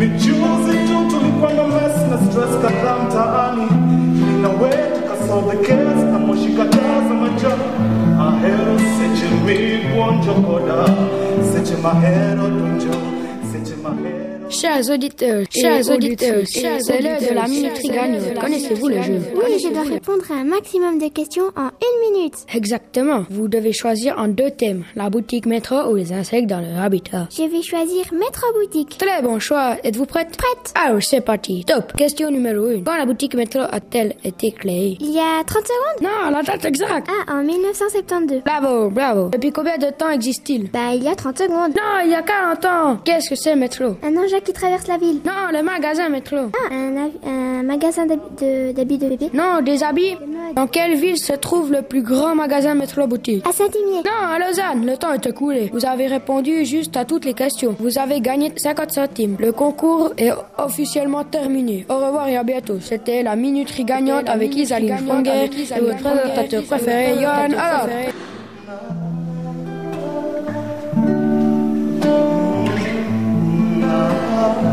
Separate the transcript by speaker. Speaker 1: Michuzi tu tulikwenda mess na stress kadhaa mtaani, nina wetu kasonge kesi na moshi kadhaa za Ah, manjano. Ahero seche migwo njokoda seche mahero tunjo seche mahero
Speaker 2: Chers auditeurs, chers auditeurs, chers
Speaker 3: c'est
Speaker 2: élèves de la minuterie
Speaker 3: minuterie
Speaker 2: gagnante, connaissez-vous le jeu
Speaker 4: Oui, je dois répondre à un maximum de questions en une minute.
Speaker 2: Exactement. Vous devez choisir en deux thèmes, la boutique métro ou les insectes dans leur habitat.
Speaker 4: Je vais choisir mettre en boutique.
Speaker 2: Très bon choix. Êtes-vous prête
Speaker 4: Prête.
Speaker 2: Alors, c'est parti. Top. Question numéro 1. Quand la boutique métro a-t-elle été créée
Speaker 4: Il y a 30 secondes
Speaker 2: Non, la date exacte.
Speaker 4: Ah, en 1972.
Speaker 2: Bravo, bravo. Depuis combien de temps existe-t-il
Speaker 4: Bah, il y a 30 secondes.
Speaker 2: Non, il y a 40 ans. Qu'est-ce que c'est métro
Speaker 4: Un engin qui traverse la ville.
Speaker 2: Non, le magasin métro.
Speaker 4: Ah, un, av- un magasin d'hab- de- d'habits de, bébé.
Speaker 2: Non, des habits.
Speaker 4: mode.
Speaker 2: Dans quelle ville se trouve le plus grand magasin métro boutique
Speaker 4: À Saint-Imier.
Speaker 2: Non, à Lausanne, le temps est écoulé. Vous avez répondu juste à toutes les questions. Vous avez gagné 50 centimes. Le concours est officiellement terminé. Au revoir et à bientôt. C'était la minuterie gagnante avec Isaline Fonger et votre présentateur préféré, Johan Allard.
Speaker 1: na